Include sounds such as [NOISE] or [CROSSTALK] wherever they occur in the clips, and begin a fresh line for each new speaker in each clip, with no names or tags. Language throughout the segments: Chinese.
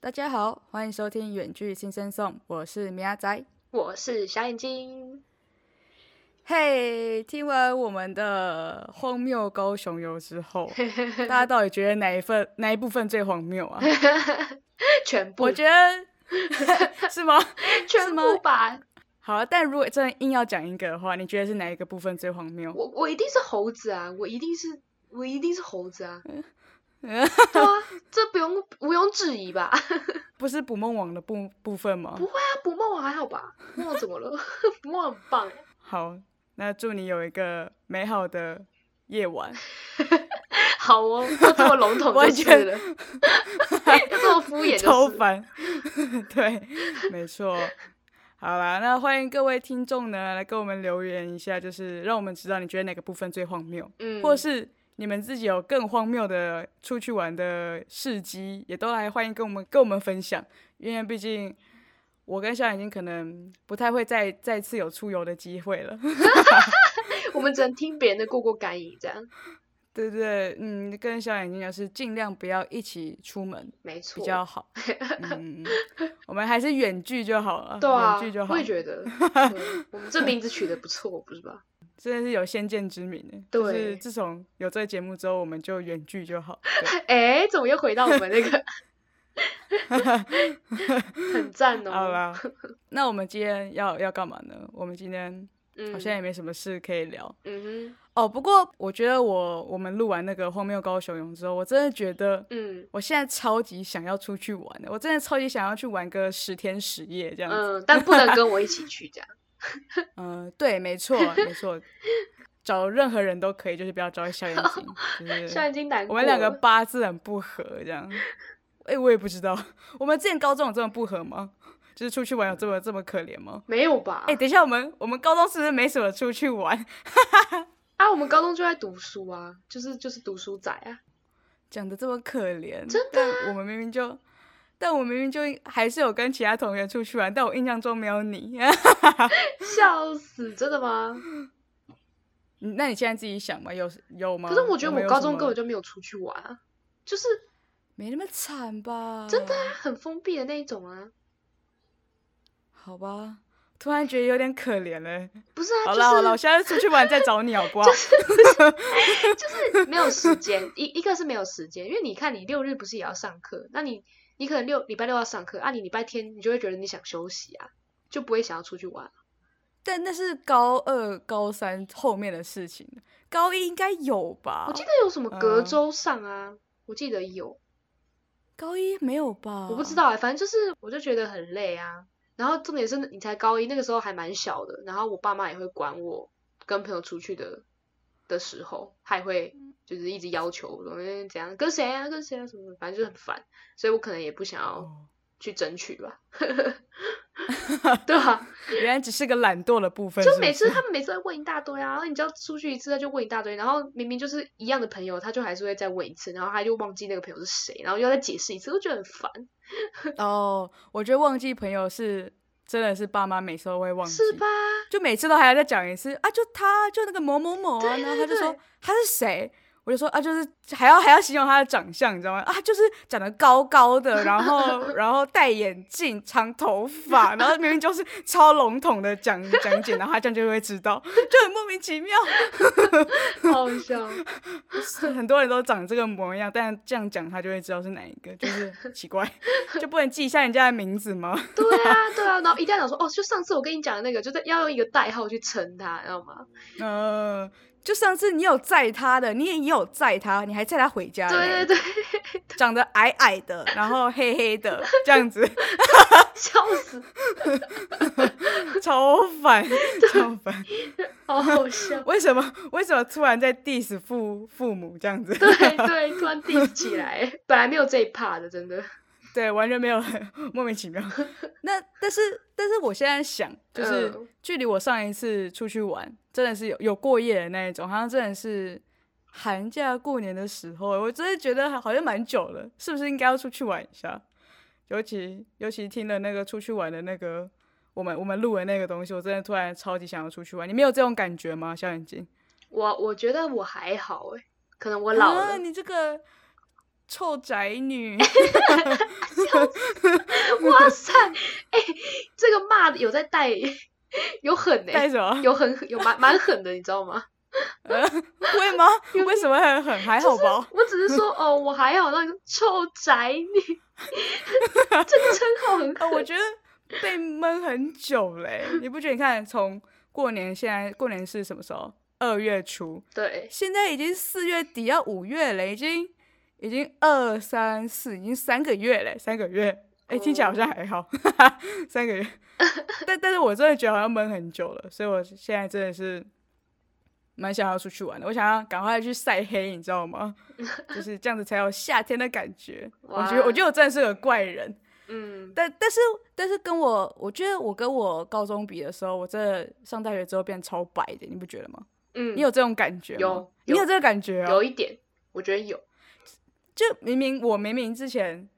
大家好，欢迎收听《远距新生颂》，我是米亚仔。
我是小眼睛， [LAUGHS]
嘿、听完我们的荒谬高雄游之后，大家到底觉得哪一份哪一部分最荒谬啊？
全部，
我觉得 [LAUGHS] 是吗？是
全
吗
部吧。
好啊，但如果真的硬要讲一个的话，你觉得是哪一个部分最荒谬？
我我一定是猴子啊，我一定是我一定是猴
[LAUGHS]
子啊
嗯。
对啊，这不用毋庸置疑吧？ [LAUGHS]
不是捕梦网的部部分吗？
不会啊，捕梦网还好吧？捕梦网怎么了？ [LAUGHS] 捕梦网很棒欸，
好，那祝你有一个美好的夜晚。
好哦，都这么
[LAUGHS]
笼统
完
就
全
是了，要这么 [LAUGHS] 敷衍
超
就是了。
烦。 [LAUGHS] 对，没错。好啦，那欢迎各位听众呢来跟我们留言一下，就是让我们知道你觉得哪个部分最荒谬，
嗯，
或是你们自己有更荒谬的出去玩的事迹，也都来欢迎跟我们跟我们分享，因为毕竟。我跟小眼睛可能不太会再再次有出游的机会了， [LAUGHS]
我们只能听别人的过过干瘾，这样
对不对？嗯，跟小眼睛也是尽量不要一起出门
没
比
错。
较
[LAUGHS]
好。嗯，我们还是远距就好了，
对啊
远距就，好。
我也觉得，对我们这名字取得不错，不是吧？
真的是有先见之明的。
对
就是自从有这个节目之后，我们就远距就
[LAUGHS]
好。对
哎，怎么又回到我们
[LAUGHS]
那个？很赞哦！
好啦， [LAUGHS] 那我们今天要要干嘛呢？我们今天
嗯，
好像也没什么事可以聊。
嗯哼，
哦，不过我觉得我我们录完那个荒谬高雄泳之后，我真的觉得
嗯
我现在超级想要出去玩的，我真的超级想要去玩个十天十夜这样子。
嗯，但不能跟我一起
[LAUGHS]
去这样。
嗯、对，没错，没
[LAUGHS]
错，找任何人都可以，就是不要找小眼睛，
[LAUGHS]
就是
现在已经难
我
过了，
们两个八字很不合，这样。哎、我也不知道， [LAUGHS] 我们之前高中有这么不合吗？就是出去玩有这么这么可怜吗？
没有吧？
哎、等一下，我们我们高中是不是没什么出去玩？
啊，我们高中就在读书啊，就是就是读书仔啊。
讲的这么可怜，
真
的、我们明明就，但我明明就还是有跟其他同学出去玩，但我印象中没有你。 [LAUGHS]
笑死，真的吗？
你那你现在自己想嘛，有有吗？
可是我觉得
们
我
有
高
什
中
么
根本就没有出去玩啊，就是
没那么惨吧？
真的、啊、很封闭的那一种啊。
好吧，突然觉得有点可怜了、
不是啊，
好
就是
啦好啦，我现在出去玩再找你好 [LAUGHS] 不好？
就是没有时间，一一个是没有时间，因为你看你六日不是也要上课，那你你可能六礼拜六要上课，啊，你礼拜天你就会觉得你想休息啊，就不会想要出去玩。
但那是高二、高三后面的事情，高一应该有吧？
我记得有什么隔周上啊，我记得有，
高一没有吧？
我不知。道哎、反正就是我就觉得很累啊。然后重点是你才高一，那个时候还蛮小的，然后我爸妈也会管我跟朋友出去的的时候，他也会
嗯
就是一直要求我说嗯怎样跟谁啊跟谁啊什么的，反正就是很烦，所以我可能也不想要
哦，
去争取
[LAUGHS]
吧，对吧？
原来只是个懒惰的部分
就是
不
每
是
次他们每次会问一大堆啊，然后你只要出去一次，他就问一大堆，然后明明就是一样的朋友，他就还是会再问一次，然后他就忘记那个朋友是谁，然后又要再解释一次，我觉得很烦，
哦，我觉得忘记朋友是真的是爸妈每次都会忘记， [LAUGHS]
是吧？
就每次都还要再讲一次啊，就他就那个某某某啊，然后他就说
对
他是谁。我就说啊，就是还要还要形容他的长相，你知道吗？啊，就是长得高高的，然
[LAUGHS]
后然后戴眼镜、长头发，然后明明就是超笼统的讲讲解，然后他这样就会知
[LAUGHS]
道，就很莫名其妙。
好好笑，
很多人都长这个模样，但这样讲他就会知道是哪一个，就是奇
[LAUGHS]
怪，就不能记一下人家的名字吗？
对啊，对啊，然后一定要讲说，哦，就上次我跟你讲的那个，就是要用一个代号去称他，知道吗？
呃，就上次你有载他的，你也有载他，你还载他回家嘞，
对对对，
长得矮矮的，然后黑黑的，这样子
笑死，
超烦，超烦。
好好笑，
为什么为什么突然在 diss 父父母这样子？ [LAUGHS]
对对，突然定起来，本来没有这一趴的，真的，
对，完全没有，莫名
[LAUGHS]
其妙。那但是但是我现在想，就是
嗯
距离我上一次出去玩，真的是有有过夜的那一种，好像真的是寒假过年的时候，欸我真的觉得好像蛮久了，是不是应该要出去玩一下？尤其尤其听了那个出去玩的那个，我们我们录的那个东西，我真的突然超级想要出去玩。你没有这种感觉吗，小眼睛？
欸我我觉得我还好哎、可能我老了。
啊啊，你这个臭宅
[LAUGHS]
女，
哇塞，哎、这个骂的有在带， [LAUGHS] 有狠呢、
带什么？
有狠有蛮蛮狠的，你知道吗？
[LAUGHS] 会吗？为什么很很还好吧？
我只
[LAUGHS]
是说哦，我还好，那个臭宅女， [LAUGHS] 这个称号很
啊，
狠。
我觉得被闷很久嘞、你不觉得？你看，从过年现在，过年是什么时候？二月初，
对，
现在已经四月底要五月了，已经已经二三四，已经三个月嘞，三个月。哎、听起来好像还好， [LAUGHS] 哈哈，三个月。但但是我真的觉得好像闷很久了，所以我现在真的是蛮想要出去玩的。我想要赶快去晒黑，你知道吗？就是这样子才有夏天的感觉。我觉得，我觉得我真的是个怪人。
嗯，
但但是但是跟我，我觉得我跟我高中比的时候，我真的上大学之后变超白的，你不觉得吗？[LAUGHS]
嗯，
你有这种感觉吗？
有
你有
有
这个感觉哦、
有一点，我觉得有，
就明明我明明之前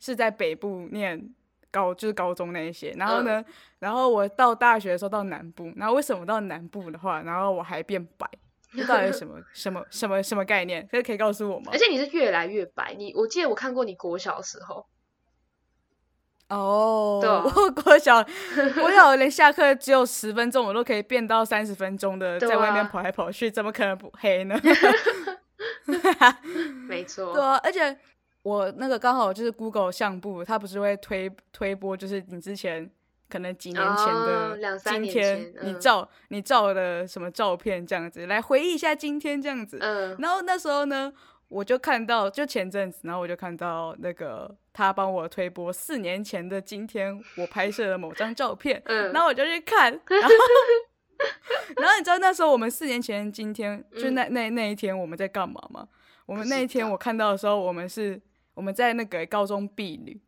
是在北部念高，就是高中那一些，然后
嗯
呢，然后我到大学的时候到南部，然后为什么到南部的话，然后我还变白？这到底是
[LAUGHS]
什么什么什么什么概念？这可以告诉我吗
而？且你是越来越白。你我记得我看过你国小的时候，
哦、
对
[LAUGHS]
啊
我国
[LAUGHS]
小国小连下课只有十分钟，我都可以变到三十分钟的，
对
在外面
啊
跑来跑去，怎么可能不黑
[LAUGHS]
呢？
没
对
错，
啊，而且我那个刚好就是 Google 相簿，它不是会推推播，就是你之前可能几年前
哦
的
两三
今
年
天
前
你
嗯
照、你照的什么照片这样子，来回忆一下今天这样子。
嗯
然后那时候呢，我就看到，就前阵子，然后我就看到那个他帮我推播四年前的今天我拍摄的某张照片，
嗯，
然后我就去
[LAUGHS]
看，然后然后你知道那时候我们四年前今天就那那那一天我们在干嘛吗？我们那一
嗯不知
天
道
我看到的时候，我们是我们在那个高中避旅，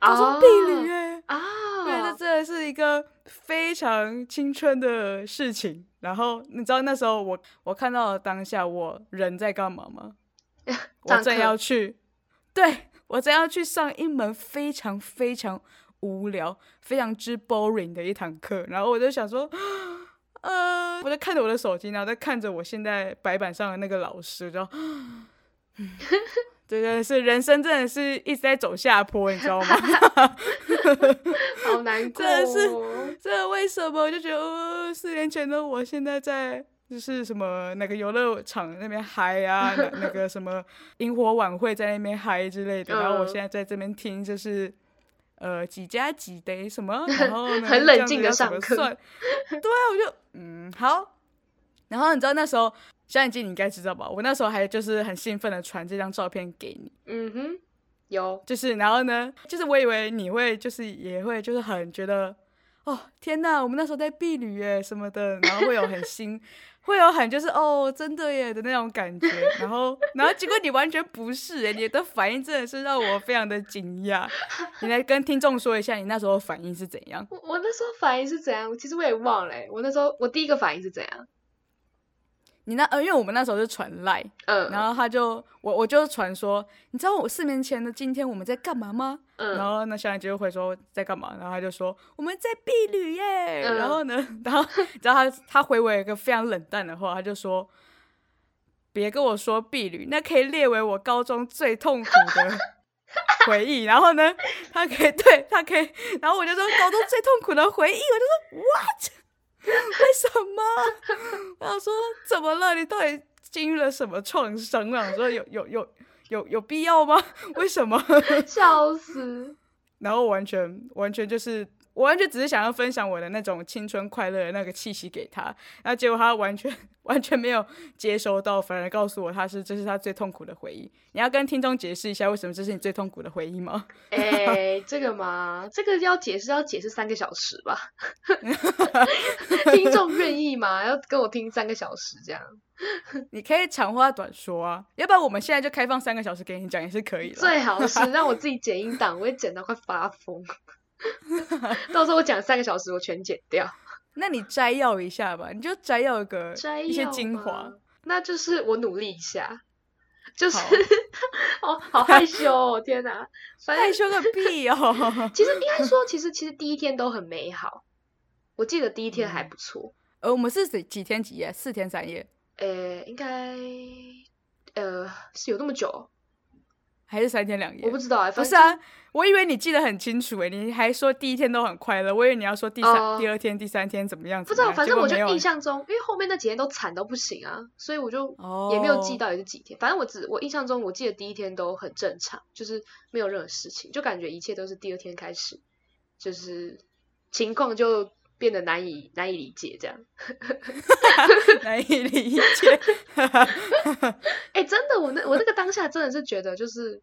高中
哦
避旅哎、对，这
啊，
真的是一个非常青春的事情。然后你知道那时候我我看到了当下我人在干嘛
[LAUGHS]
吗？我
上
正
课
要去，对我正要去上一门非常非常无聊、非常之 boring 的一堂课。然后我就想说，呃，我在看着我的手机，然后在看着我现在白板上的那个老师，
[LAUGHS]
然后。嗯对对，是人生真的是一直在走下坡，你知道吗？ [LAUGHS]
好难过
真的是
哦，
这为什么？我就觉得，呃，四年前的我现在在就是什么哪个游乐场那边嗨啊，哪那个什么萤火晚会在那边嗨之类的，然后我
嗯
现在在这边听就是。呃，几加几得什么？然后呢
[LAUGHS] 很
这
冷
样
静
子
地
要怎
上
么
课
算对啊，我就嗯好。然后你知道那时候，小眼睛你应该知道吧？我那时候还就是很兴奋的传这张照片给你，
嗯哼，有，
就是然后呢，就是我以为你会就是也会就是很觉得，哦天呐，我们那时候在避旅耶什么的，然后会有很新， [LAUGHS] 会有很就是哦真的耶的那种感觉，然后然后结果你完全不是哎，你的反应真的是让我非常的惊讶，你来跟听众说一下你那时候反应是怎样？
我我那时候反应是怎样？其实我也忘了欸，我那时候我第一个反应是怎样？
你那呃因为我们那时候是传赖，
嗯，
然后他就我我就传说，你知道我四年前的今天我们在干嘛吗？然
嗯，
后那小姐就会说在干嘛，然后他就说我们在避旅耶。
嗯
然后呢， [LAUGHS] 然后你知道他他回我一个非常冷淡的话，他就说别跟我说避旅，那可以列为我高中最痛苦的 [LAUGHS] 回忆。然后呢，他可以对他可以，然后我就说高中最痛苦的回忆，我就说 what？为什么？我想说怎么了？你到底经历了什么创伤？我想说有有有有有必要吗？为什么？ [LAUGHS]
笑死，
然后我完全完全就是我完全只是想要分享我的那种青春快乐的那个气息给他，然后结果他完全 [LAUGHS] 完全没有接收到，反而告诉我他是这是他最痛苦的回忆。你要跟听众解释一下为什么这是你最痛苦的回忆吗？ [LAUGHS]
哎， [LAUGHS] 这个嘛，这个要解释要解释三个小时
[LAUGHS]
吧？听众愿意吗？要跟我听三个小时这样？
你可以长话短说啊，要不然我们现在就开放三个小时给你讲也是可以的。
最好是让我自己剪音档，我会剪到快
[LAUGHS]
发疯。到时候我讲三个小时，我全剪掉。
那你摘要一下吧，你就摘要一个
摘
一些
要
精
吗
华。，
那就是我努力一下。就是
好
[LAUGHS] 哦，好害
[LAUGHS]
羞哦！天哪，反正
害羞个屁哦！ [LAUGHS]
其实应该说，其实其实第一天都很美好。我记得第一
嗯
天还不错，
呃，我们是几几天几夜？四天三夜，
呃、应该呃是有那么久哦，
还是三天两夜
我不？知道哎、
不
反
是
正
啊，我以为你记得很清楚诶、欸你还说第一天都很快乐，我以为你要说第三、
哦
第二天、第三天怎么样？
不
怎
知
么
道，
样
反正我就
结果没有啊
印
[LAUGHS]
象中，因为后面那几天都惨到不行啊，所以我就
哦
也没有记到也是几天。反正我只我印象中，我记得第一天都很正常，就是没有任何事情，就感觉一切都是第二天开始，就是情况就变得难以难以理解这样。
难以理 [LAUGHS] 解。
哎、真的，我那我那个当下真的是觉得就是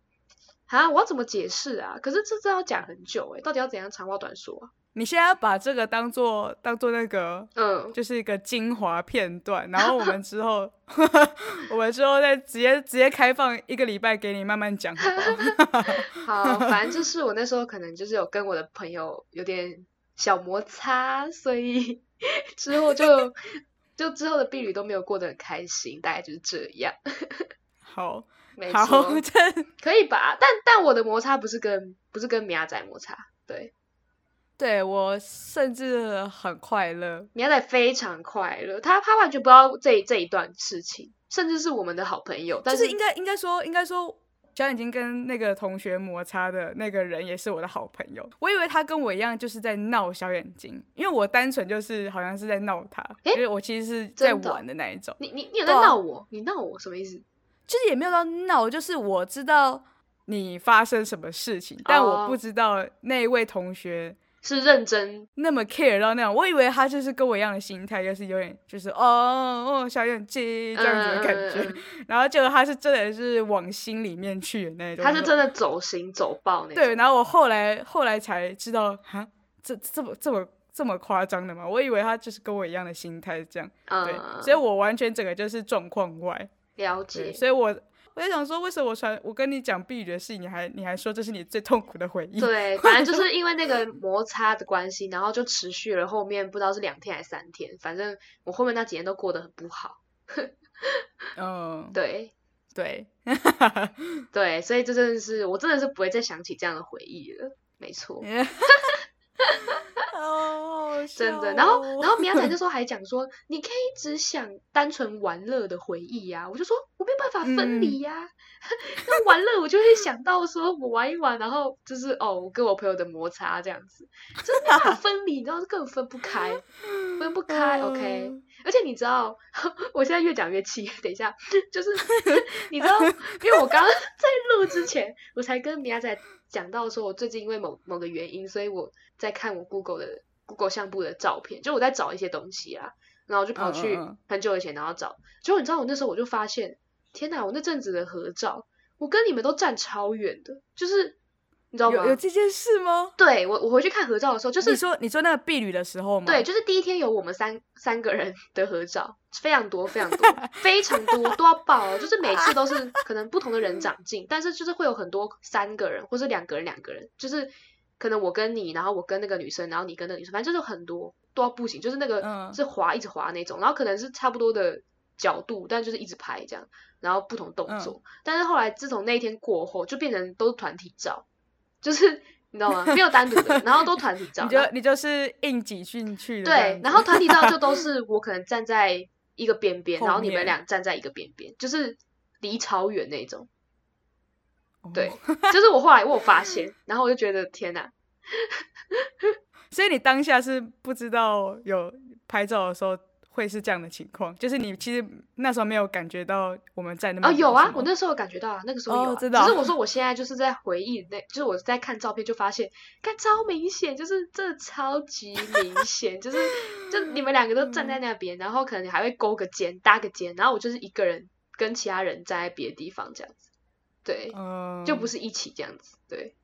啊，我要怎么解释啊？可是这这要讲很久哎、到底要怎样长话短说啊？
你现在要把这个当做当做那个
嗯，
就是一个精华片段，然后我们之后 [LAUGHS] 我们之后再直接直接开放一个礼拜给你慢慢讲，好不好？
好，反正就是我那时候可能就是有跟我的朋友有点小摩擦，所以 [LAUGHS] 之后就就之后的避旅都没有过得很开心，大概就是这样。
好，
没
好， [LAUGHS]
错，
这
可以吧？但但我的摩擦不是跟不是跟米亚仔摩擦，对，
对我甚至很快乐。
米亚仔非常快乐，他他完全不知道这这一段事情，甚至是我们的好朋友，但
就是是应该应该说应该说，小眼睛跟那个同学摩擦的那个人也是我的好朋友。我以为他跟我一样就是在闹小眼睛，因为我单纯就是好像是在闹他，
诶
因为我其实是在
真的哦
玩的那一种，
你你你有在
对啊
闹我？你闹我什么意思？
就是也没有到闹，就是我知道你发生什么事情，但我
哦
不知道那一位同学。
是认真
那么 care 到那样，我以为他就是跟我一样的心态，就是有点就是哦哦小眼睛这样子的感觉，
嗯嗯嗯
然后结果他是真的是往心里面去的那种，
他是真的走心走爆那种。
对，然后我后来后来才知道，哈，这这么这么这么夸张的吗？我以为他就是跟我一样的心态这样，对，
嗯，
所以我完全整个就是状况外，
了
对，
解。
所以我我在想说，为什么我传我跟你讲避雨的事，你还你还说这是你最痛苦的回忆？
对，反正就是因为那个摩擦的关系，然后就持续了后面不知道是两天还是三天，反正我后面那几天都过得很不好。
嗯，
对
对，
[LAUGHS]
[LAUGHS]
对，所以这真的是我真的是不会再想起这样的回忆了。没错，
哦，好
真的。
笑 [LAUGHS]
然后
哦
然后米亚仔那时候还讲说，你可以只想单纯玩乐的回忆呀、我就说我没有办法分
嗯
离呀、 [LAUGHS] 那玩乐我就会想到说，我玩一玩，然后就是哦，我跟我朋友的摩擦这样子，就是没办法分离，你知道，根本分不开，分不开。OK，
嗯
而且你知道， [LAUGHS] 我现在越讲越气。等一下，就是 [LAUGHS] 你知道，因为
[LAUGHS]
我刚刚在录之前，我才跟米亚仔讲到说，我最近因为某某个原因，所以我在看我 Google 的 Google 相簿的照片，就我在找一些东西啊，然后我就跑去
嗯嗯嗯
很久以前，然后找，结果你知道，我那时候我就发现，天哪，我那阵子的合照，我跟你们都站超远的，就是你知道吗
有有？这件事吗？
对我，我回去看合照的时候，就
你
是
说你说那个避雨的时候吗？
对，，就是第一天有我们三三个人的合照，非常多，非常多，非常多，多到爆哦！就是每次都是可能不同的人长进，但是就是会有很多三个人或是两个人，两个人，就是可能我跟你，然后我跟那个女生，然后你跟那个女生，反正就是很多多到不行，就是那个、
嗯
是滑一直滑那种，然后可能是差不多的角度，但就是一直拍这样，然后不同动作。
嗯
但是后来自从那一天过后，就变成都是团体照，就是。你知道吗？没有单独的，然后都团体照，
[LAUGHS] 你
然后
就你就是硬挤进去的这样
对
子，，
然后团体照
[LAUGHS]
就都是我可能站在一个边边，
后
然后你们
面
俩站在一个边边，就是离超远那种。
哦
对，就是我后来我有
[LAUGHS]
发现，然后我就觉得天哪，
所以你当下是不知道有拍照的时候会是这样的情况，就是你其实那时候没有感觉到我们在那么
啊
远
有啊
是，吗
我那时候有感觉到啊，那个时候有
哦
啊，
知道
只是我说我现在就是在回忆那，就是我在看照片就发现，看超明显，就是真的超级明显，就是就你们两个都
嗯
站在那边，然后可能你还会勾个肩搭个肩，然后我就是一个人跟其他人站在别的地方这样子，对，
嗯，
就不是一起这样子，对。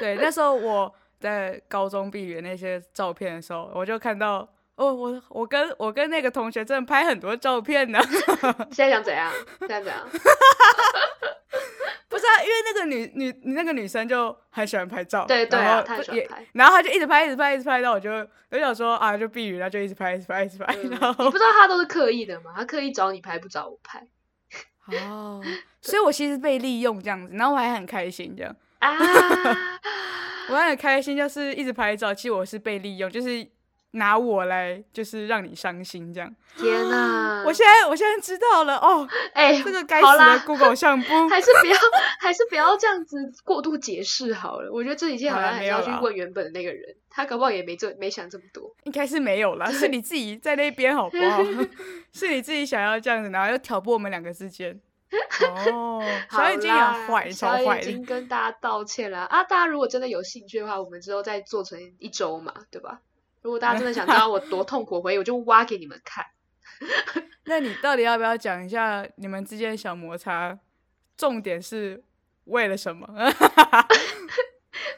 对。那时候我在高中毕业那些照片的时候，我就看到哦，我我跟我跟那个同学真的拍很多照片
[LAUGHS]
呢。
现在想怎样？现在怎样？
不是啊，因为那个女女你那个女生就很喜欢拍照，
对对啊
然后
她很喜欢
也
拍
然后她就一直拍，一直拍，一直拍，到我就我就想说啊，就避雨，然后就一直拍，一直拍，一直拍，然
嗯你
后
不知道他都是刻意的吗？他刻意找你拍，不找我拍
哦， [LAUGHS] 所以我其实被利用这样子，然后我还很开心这样， [LAUGHS]
啊？
我还很开心，就是一直拍照。其实我是被利用，就是拿我来就是让你伤心这样。
天哪！
我现在我现在知道了哦，
哎、
这个该
嗯好
死
啦
的 Google 相簿，
还是不要，还是不要这样子过度解释好了。我觉得这一切好
好啦
像还
没
是
有
要去
啦
问原本的那个人，他搞不好也没这没想这么多。
应该是没有啦，是你自己在那边好不好？ [LAUGHS] 是你自己想要这样子，然后又挑拨我们两个之间。
[LAUGHS]
哦，小眼睛也
好啦
很坏，超
小
坏
眼
的
睛。跟大家道歉啦啊！大家如果真的有兴趣的话，我们之后再做成一周嘛，对吧？如果大家真的想知道我多痛苦的回忆，我就挖给你们看。
那你到底要不要讲一下你们之间的小摩擦？重点是为了什么？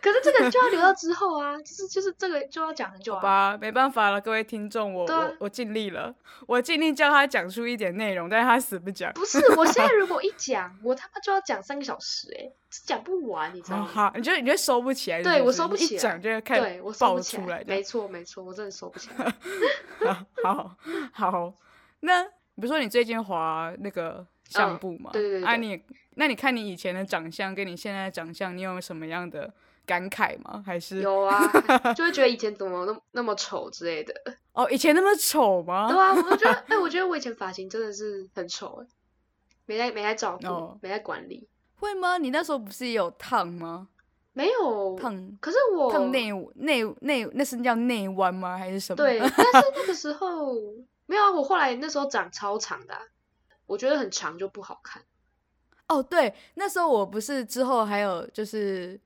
可是这个就
[LAUGHS]
要留到之后啊，就是就是这个就要讲很久
好
啊。
吧，没办法了，各位听众，我
对啊
我我尽力了，我尽力叫他讲出一点内容，但是他死不讲。
不是，我现在如果一讲，我他妈就要讲三个小时、欸，讲不完，你知道
哦好
吗？
好，你就你就收不起来是不
对
是，
我收不起
一
来
讲就要开
对
始
我收
爆
不起
出来
来，
这样
没错没错，我真的收不起
[LAUGHS]
来。
好好好，那你不是说你最近滑那个相簿吗？
嗯对对对
啊
对
你，那你看你以前的长相跟你现在的长相，你有什么样的感慨吗？还是
有啊，就会觉得以前怎么那么那么丑之类的。
哦，以前那么丑吗？
对啊，我就觉
[LAUGHS]
得，哎、我觉得我以前发型真的是很丑、哎，没在没在照顾
哦
没在管理，
会吗？你那时候不是也有烫吗？
没有。
烫
可是我
烫内内内，那是叫内弯吗？还是什么？
[LAUGHS] 对，但是那个时候没有啊，我后来那时候长超长的啊、我觉得很长就不好看。
哦，对，那时候我不是之后还有就是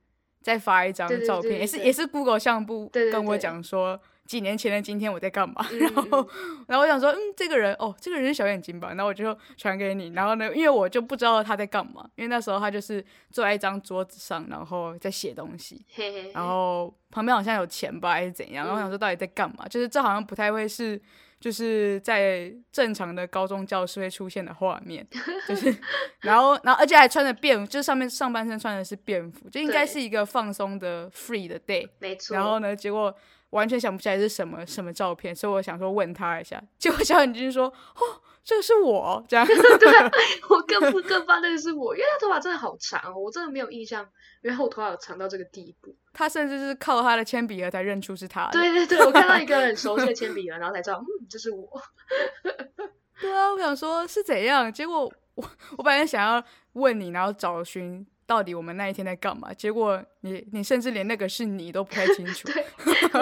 再发一张
对对
照片，
对
也是
对
也是 Google 相簿
对对
跟我
对
讲说几年前的今天我在干嘛，
嗯
[LAUGHS] 然后
嗯
然后我想说，嗯，这个人哦，这个人是小眼睛吧，然后我就传给你，然后呢，因为我就不知道他在干嘛，因为那时候他就是坐在一张桌子上，然后在写东西，
嘿嘿嘿，
然后旁边好像有钱吧，还是怎样？然后我
嗯
想说到底在干嘛？就是这好像不太会是，就是在正常的高中教室会出现的画
[LAUGHS]
面，就是，然后，然后而且还穿着便服，就是上面上半身穿的是便服，就应该
对
是一个放松的 free 的 day。
没错。
然后呢，结果完全想不起来是什么什么照片，所以我想说问他一下，结果小眼睛说：“哦，这个是我。”哦这样，
[LAUGHS] 对啊，我更不更发那个是我，因为他头发真的好长哦，我真的没有印象，原来我头发有长到这个地步。
他甚至是靠他的铅笔盒才认出是他的。
对对对，我看到一个很熟悉的铅笔盒，然后才知道，嗯，这是我。
对啊，我想说是怎样，结果我 [LAUGHS] 我本来想要问你，然后找寻到底我们那一天在干嘛，结果你你甚至连那个是你都不太清楚，
[LAUGHS] 对，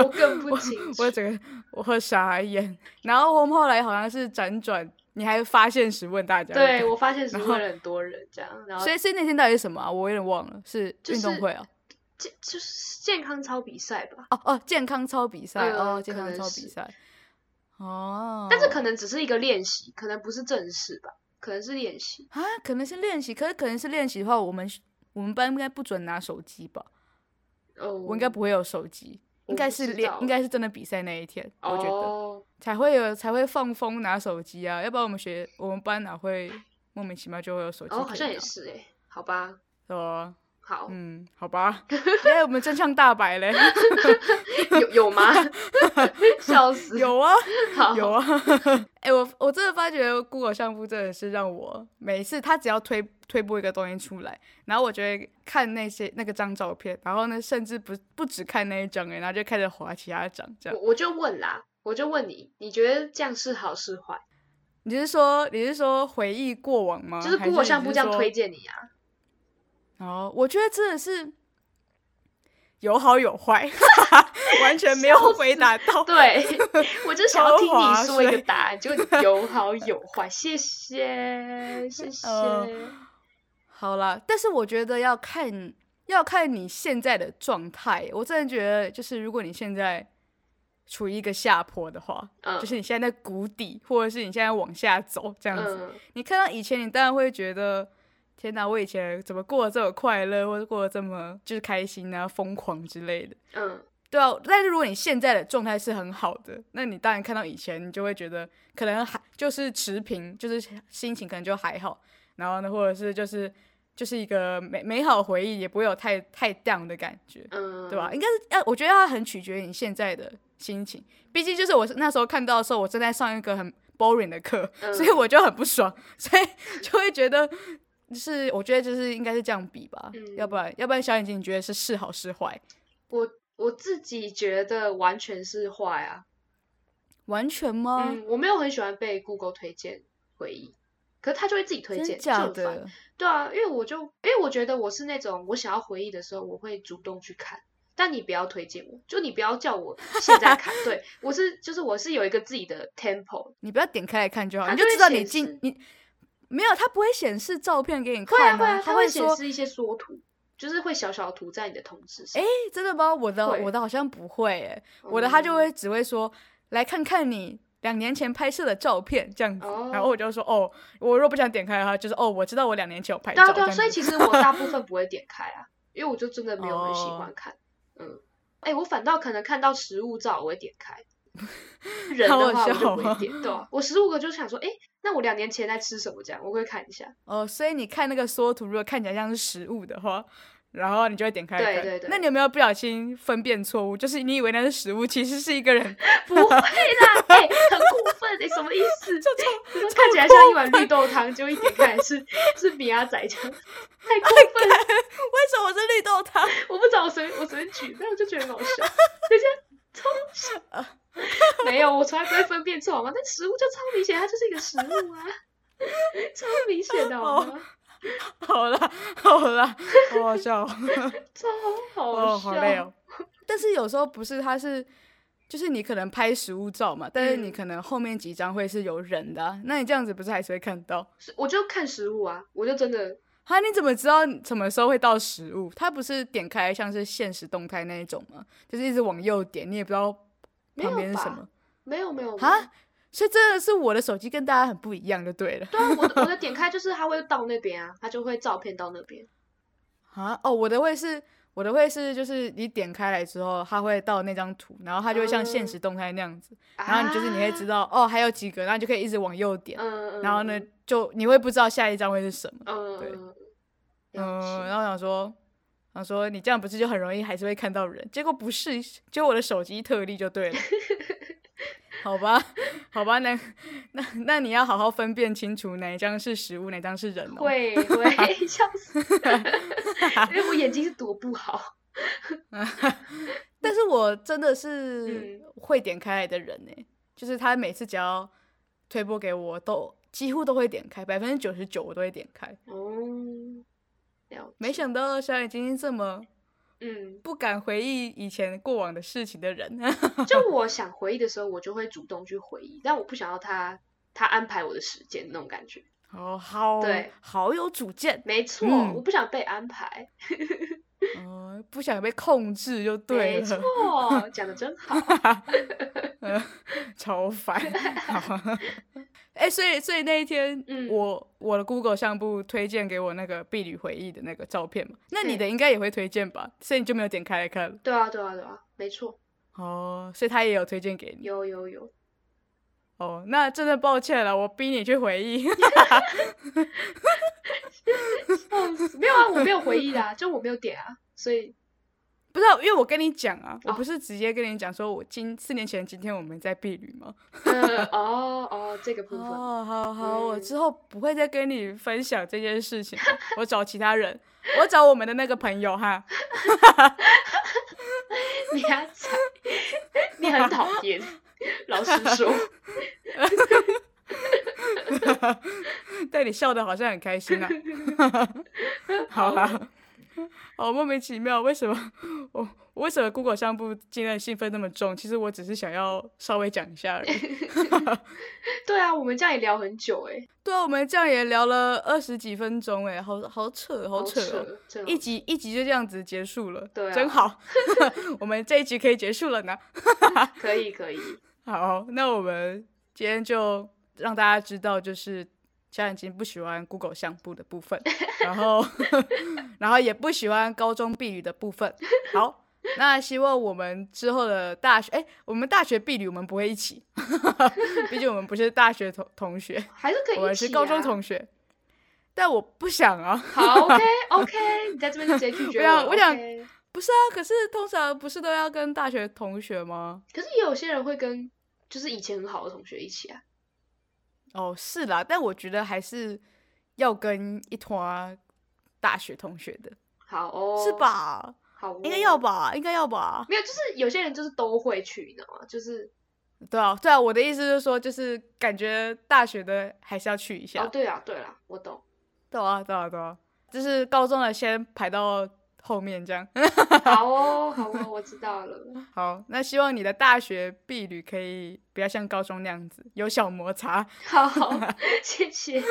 我更不清楚
我。整个我很傻眼。然后我们后来好像是辗转，你还发现时问大家，
对，我发现是
然
问
后
了很多人这样，然后
所以所以那天到底是什么啊？我有点忘了，是
就
运动
是
会啊，
这就是健康操比赛吧，
哦哦，健康操比赛、
呃
哦，健
可
康
能
操
是
比赛，哦，
但是可能只是一个练习，可能不是正式吧，可能是练习。
啊，可能是练习，可是可能是练习的话，我们我们班应该不准拿手机吧？
哦，
我应该不会有手机，
我
应该
不
是
知
练
道，
应该是真的比赛那一天，我觉得
哦，
才会有才会放风拿手机啊，要不然我们学我们班哪会莫名其妙就会有手机可以
哦，
拿？
好像也是哎、哦好吧，
是吧
好，
嗯，好
[LAUGHS]
吧，因为我们真相大白嘞，
有有
[LAUGHS]
吗？笑死，
有啊
好
有啊， [LAUGHS] 哎、我我真的发觉 Google 相簿真的是让我每次他只要推推播一个东西出来，然后我就会看那些那个张照片，然后呢，甚至不不只看那一张哎、然后就开始划其他张这样
我。我就问啦，我就问你，你觉得这样是好是坏？
啊你是说你是说回忆过往吗？
就是
还是
Google 相簿这样推
你
荐你啊？
是说。哦，我觉得真的是有好有坏， [LAUGHS] 完全没有回答到。
对，我就想要听
超划
你说一个
水
答
[LAUGHS]
案，就有好有坏。谢
[LAUGHS]
谢，谢谢。
嗯 [LAUGHS] 好啦，但是我觉得要看要看你现在的状态。我真的觉得，就是如果你现在处于一个下坡的话，
嗯
就是你现在在谷底，或者是你现在往下走这样子，
嗯，
你看到以前，你当然会觉得。天哪！我以前怎么过得这么快乐，或者过得这么就是开心啊、疯狂之类的？
嗯，
对啊，但是如果你现在的状态是很好的，那你当然看到以前，你就会觉得可能还就是持平，就是心情可能就还好。然后呢，或者是就是就是一个美美好回忆，也不会有太太 down 的感觉，
嗯，
对吧？？应该是要，我觉得它很取决于你现在的心情。毕竟就是我那时候看到的时候，我正在上一个很 boring 的课，[LAUGHS]
嗯
所以我就很不爽，所以
[LAUGHS]
就会觉得。就是我觉得就是应该是这样比吧，
嗯
要不然要不然小眼睛你觉得是是好是坏？
我我自己觉得完全是坏啊，
完全吗？
嗯，我没有很喜欢被 Google 推荐回忆，可是他就会自己推
真
荐，就
假
很烦。
的？
对啊，因为我就因为我觉得我是那种我想要回忆的时候，我会主动去看。但你不要推荐我，就你不要叫我现在看。对我是就是我是有一个自己的 tempo，
你不要点开来看就好，
它
你
就会
知道你
显
进
示
你没有，它不会显示照片给你
会啊
看
会啊，
它
它会显
说
示一些缩图，就是会小小的图在你的通知上。
哎、真的吗？我的
会
我的好像不会哎、我的他就
嗯
会只会说来看看你两年前拍摄的照片这样子，然后
哦
我就说哦，我若不想点开它，就是哦，我知道我两年前有拍
对
照
啊
这
对
样
啊，
子，
所以
[LAUGHS]
其实我大部分不会点开啊，因为我就真的没有很喜
哦
欢看。嗯，哎、我反倒可能看到食物照我会点
[LAUGHS]
开，人
好
的
好
话我
笑
就不会
哦
点。对啊，我食物个就想说，哎、那我两年前在吃什么？这样我会看一下。
哦，所以你看那个缩图，如果看起来像是食物的话。然后你就会点开来
对
看
对对
那你有没有不小心分辨错误？就是你以为那是食物，其实是一个人，
不
[LAUGHS]
会啦，哎、很过分，哎、什么意思？
就超
你说看起来像一碗绿豆汤，就一点开是是米阿仔这样，太过分了！
为什么是绿豆汤？ [LAUGHS]
我不知道，我随我随便举，但我就觉得很好笑。等一下，
啊
超没有，我从来不会分辨错好吗？但食物就超明显，它就是一个食物啊，超明显的好
哦
吗？
好啦好啦，好好笑哦、
超好
哦，
笑，
好累哦。 [LAUGHS] 但是有时候不是，它是就是你可能拍实物照嘛，但是你
嗯
可能后面几张会是有人的啊、那你这样子不是还是会看到？
是我就看食物啊，我就真的
哈，你怎么知道什么时候会到实物？它不是点开像是现实动态那一种吗？就是一直往右点，你也不知道
没有
旁边是什
吧
么
没有没有没有
哈，所以真的是我的手机跟大家很不一样，就对了。
对啊，我的我的点开就是它会到那边啊，它就会照片到那边。
啊，哦，我的会是我的会是就是你点开来之后，它会到那张图，然后它就会像现
嗯
实动态那样子，
然
然后你就是你会知，道哦还有几个，然后你就可以一直往右点。
啊嗯嗯，
然后呢，就你会不知道下一张会是什么。
嗯，
对
嗯，嗯
嗯，
了解
然后想说，想说你这样不是就很容易还是会看到人？结果不是，就我的手机特例就
[LAUGHS]
对了。好吧，好吧，那那那你要好好分辨清楚哪一张是食物，哪张是人哦。 [LAUGHS]
会会 [LAUGHS] 笑死，因为我眼睛是多不好。
但是我真的是
嗯
会点开来的人呢、就是他每次只要推播给我，都几乎都会点开，百分之九十九我都会点开。
哦，了
没
解，
想到小眼睛这么
嗯，
不敢回忆以前过往的事情的人。 [LAUGHS]
就我想回忆的时候，我就会主动去回忆，但我不想要他他安排我的时间那种感觉。
哦，好，
对，
好有主见，
没错，
嗯
我不想被安排。
哦，不想被控制就对 [LAUGHS]
没错
了，，
讲的真好。
超
[LAUGHS]
烦。哎、所以所以那一天，
嗯
我我的 Google 相簿推荐给我那个婢女回忆的那个照片嘛，那你
嗯
的应该也会推荐吧？所以你就没有点开来看了。
对啊，对啊，对啊，没错，
哦，所以他也有推荐给你。
有有有，
哦，那真的抱歉了，我逼你去回忆。
笑死没有啊，我没有回忆啦，就我没有点啊，所以
不是啊、因为我跟你讲啊，我
哦
不是直接跟你讲说我今四年前今天我们在婢女吗？
呃，哦哦，这个部分，
哦，好好，我
嗯
之后不会再跟你分享这件事情 [LAUGHS] 了。我找其他人，我找我们的那个朋友哈。
[LAUGHS] 你还惨，你很讨厌。老实说， [LAUGHS]
但你笑的好像很开心 [LAUGHS] 啊。好啦，好莫名其妙，为什么我我为什么 Google 相簿竟然兴奋那么重？其实我只是想要稍微讲一下而已。 [LAUGHS]
对啊，我们这样也聊很久哎、
对啊，我们这样也聊了二十几分钟、欸，哎，好好扯，好扯、哦。
扯，真的
一集一集就这样子结束了，
对啊
真好， [LAUGHS] 我们这一集可以结束了呢。
可以可以，
好，那我们今天就让大家知道，就是小眼睛不喜欢 Google 相簿的部分，然
[LAUGHS]
后然后也不喜欢高中避旅的部分。好，那希望我们之后的大学，哎、我们大学避旅我们不会一起，毕竟我们不是大学同同学，
还是可以一起、啊。
我们是高中同学。但我不想啊，
好，OK OK，你在这边直接
[LAUGHS]
拒绝
我想
了
我想
OK
不是啊，可是通常不是都要跟大学同学吗？
可是也有些人会跟就是以前很好的同学一起啊，
哦，是啦，但我觉得还是要跟一团大学同学的，
好哦，
是？吧？
好、哦，
应该要？吧，应该要吧。
没有，就是有些人就是都会去，你知道吗？就是
对啊，对啊，我的意思就是说，就是感觉大学的还是要去一下。
哦，对啊，对啦，
[LAUGHS]
我懂。
对啊，对啊，对啊，就是高中的先排到后面这样。 [LAUGHS]
好哦，好哦，我知道了。
好，那希望你的大学婢旅可以不要像高中那样子有小摩擦。 [LAUGHS]
好，谢谢，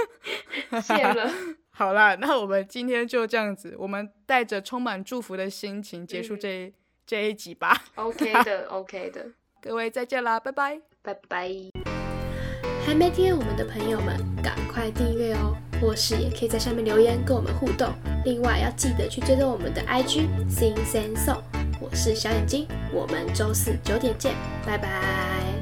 谢了。
好啦，那我们今天就这样子，我们带着充满祝福的心情结束这一、这一集吧。
OK 的，OK 的，
各位再见啦，拜拜。
拜拜。
还没订阅我们的朋友们，赶快订阅哦！或是也可以在下面留言跟我们互动。另外要记得去追踪我们的 IG Sing Sing Song。我是小眼睛，我们周四九点见，拜拜。